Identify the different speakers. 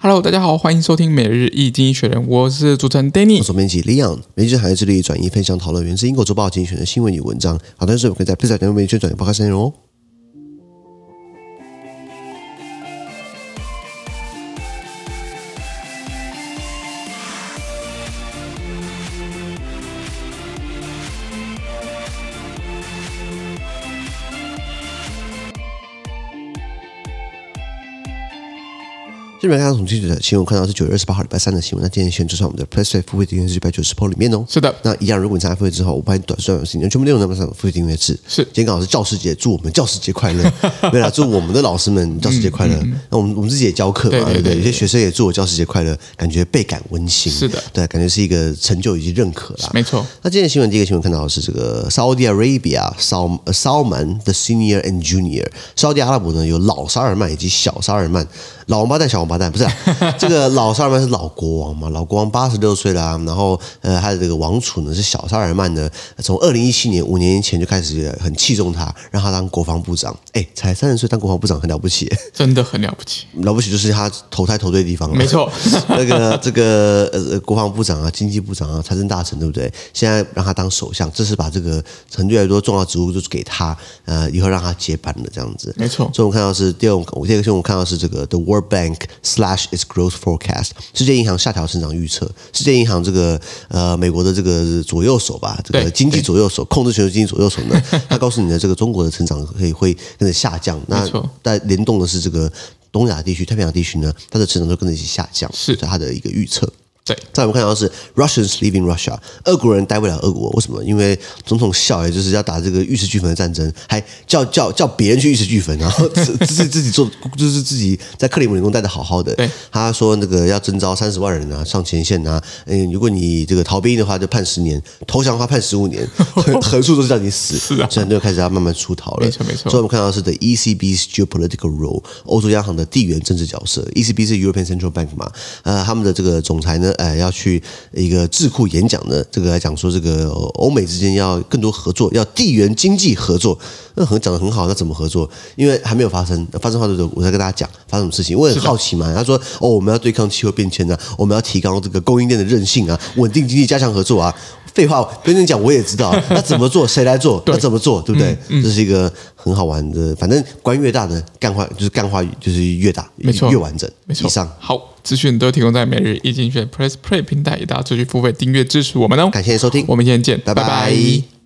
Speaker 1: Hello，大家好，欢迎收听每日易经学人，我是主持人 Danny
Speaker 2: 我。总编辑 Leon，每日产业致力转移分享讨论源自英国周报精选的新闻与文章。好，但是我们可以在 Plus 上面圈转移报刊内容哦。这边看到统计局的新闻，看到是九月二十八号礼拜三的新闻。那今天先出上我们的 Plus 付费订阅制一百九十 Pro 里面哦。
Speaker 1: 是的，
Speaker 2: 那一样，如果你参加付费之后，我发现短短的事情全部内容都在上付费订阅制。
Speaker 1: 是
Speaker 2: 今天刚好是教师节，祝我们教师节快 乐！对啦，祝我们的老师们教师节快
Speaker 1: 嗯
Speaker 2: 乐。那我们我们自己也教课
Speaker 1: 对
Speaker 2: 嘛，
Speaker 1: 对
Speaker 2: 对不
Speaker 1: 对
Speaker 2: 对？有些学生也祝我教师节快乐，感觉倍感温馨。
Speaker 1: 是的
Speaker 2: 对，感觉是一个成就以及认可啦。
Speaker 1: 没错，
Speaker 2: 那今天的新闻第一个新闻看到的是这个 Saudi Arabia 骚呃骚蛮的 Senior and Junior，沙特阿拉伯呢有老沙尔曼以及小沙尔曼，老王八蛋小王八蛋不 是啊、这个老沙尔曼是老国王嘛，老国王八十六岁啦、然后呃他的这个王储呢是小沙尔曼呢，从二零一七年五年前就开始很器重他，让他当国防部长，哎，才三十岁当国防部长很了不起，
Speaker 1: 真的很了不起，
Speaker 2: 了不起就是他投胎投对地方了，啊
Speaker 1: 没错，
Speaker 2: 那个这个呃呃国防部长啊、经济部长啊、财政大臣，对不对？现在让他当首相，这是把这个很越来越多重要职务都给他，呃，以后让他接班的这样子。
Speaker 1: 没错，
Speaker 2: 所以我们看到是第二，我第二个新闻我看到是这个 The World Bank slash its growth forecast，世界银行下调成长预测。世界银行这个呃美国的这个左右手吧，这
Speaker 1: 对
Speaker 2: 个经济左右手，控制全球经济左右手呢， 它告诉你的这个中国的成长可以会跟着下降。那
Speaker 1: 没错
Speaker 2: 但联动的是这个东亚地区、太平洋地区呢，它的成长就跟着一起下降，
Speaker 1: 是
Speaker 2: 它的一个预测。
Speaker 1: 对，
Speaker 2: 再我们看到的是 Russians leaving Russia，俄国人待不了俄国，为什么？因为总统笑，也就是要打这个玉石俱焚的战争，还叫叫叫别人去玉石俱焚，然后 自自自己做，就是自己在克里姆林宫待的好好的
Speaker 1: 对。
Speaker 2: 他说那个要征召三十万人啊，上前线啊，嗯，如果你这个逃兵的话就判十年，投降的话判十五年， 横横竖都是让你死。
Speaker 1: 是啊
Speaker 2: 所以很多人开始要慢慢出逃了。
Speaker 1: 没错没错
Speaker 2: 所以我们看到是的 ECB's geopolitical role，欧洲央行的地缘政治角色。ECB 是 European Central Bank 嘛，呃，他们的这个总裁呢，呃，要去一个智库演讲呢，这个来讲说这个呃欧美之间要更多合作，要地缘经济合作。那很讲的很好，那怎么合作？因为还没有发生，发生的话就我再跟大家讲发生什么事情。我也很好奇嘛，他说哦，我们要对抗气候变迁啊，我们要提高这个供应链的韧性啊，稳定经济，加强合作啊。废话，跟你讲，我也 知道，那怎么做，谁来做，那怎么做，对不对？
Speaker 1: 嗯
Speaker 2: 这是一个很好玩的，反正官越大呢，干话就是干话就是越大，
Speaker 1: 没错
Speaker 2: 越完整。
Speaker 1: 没错。
Speaker 2: 以上
Speaker 1: 好，资讯都提供在每日易经学人 Press Play 平台，也大家持续付费订阅支持我们哦。
Speaker 2: 感谢收听，
Speaker 1: 我们今天见，
Speaker 2: 拜拜
Speaker 1: 拜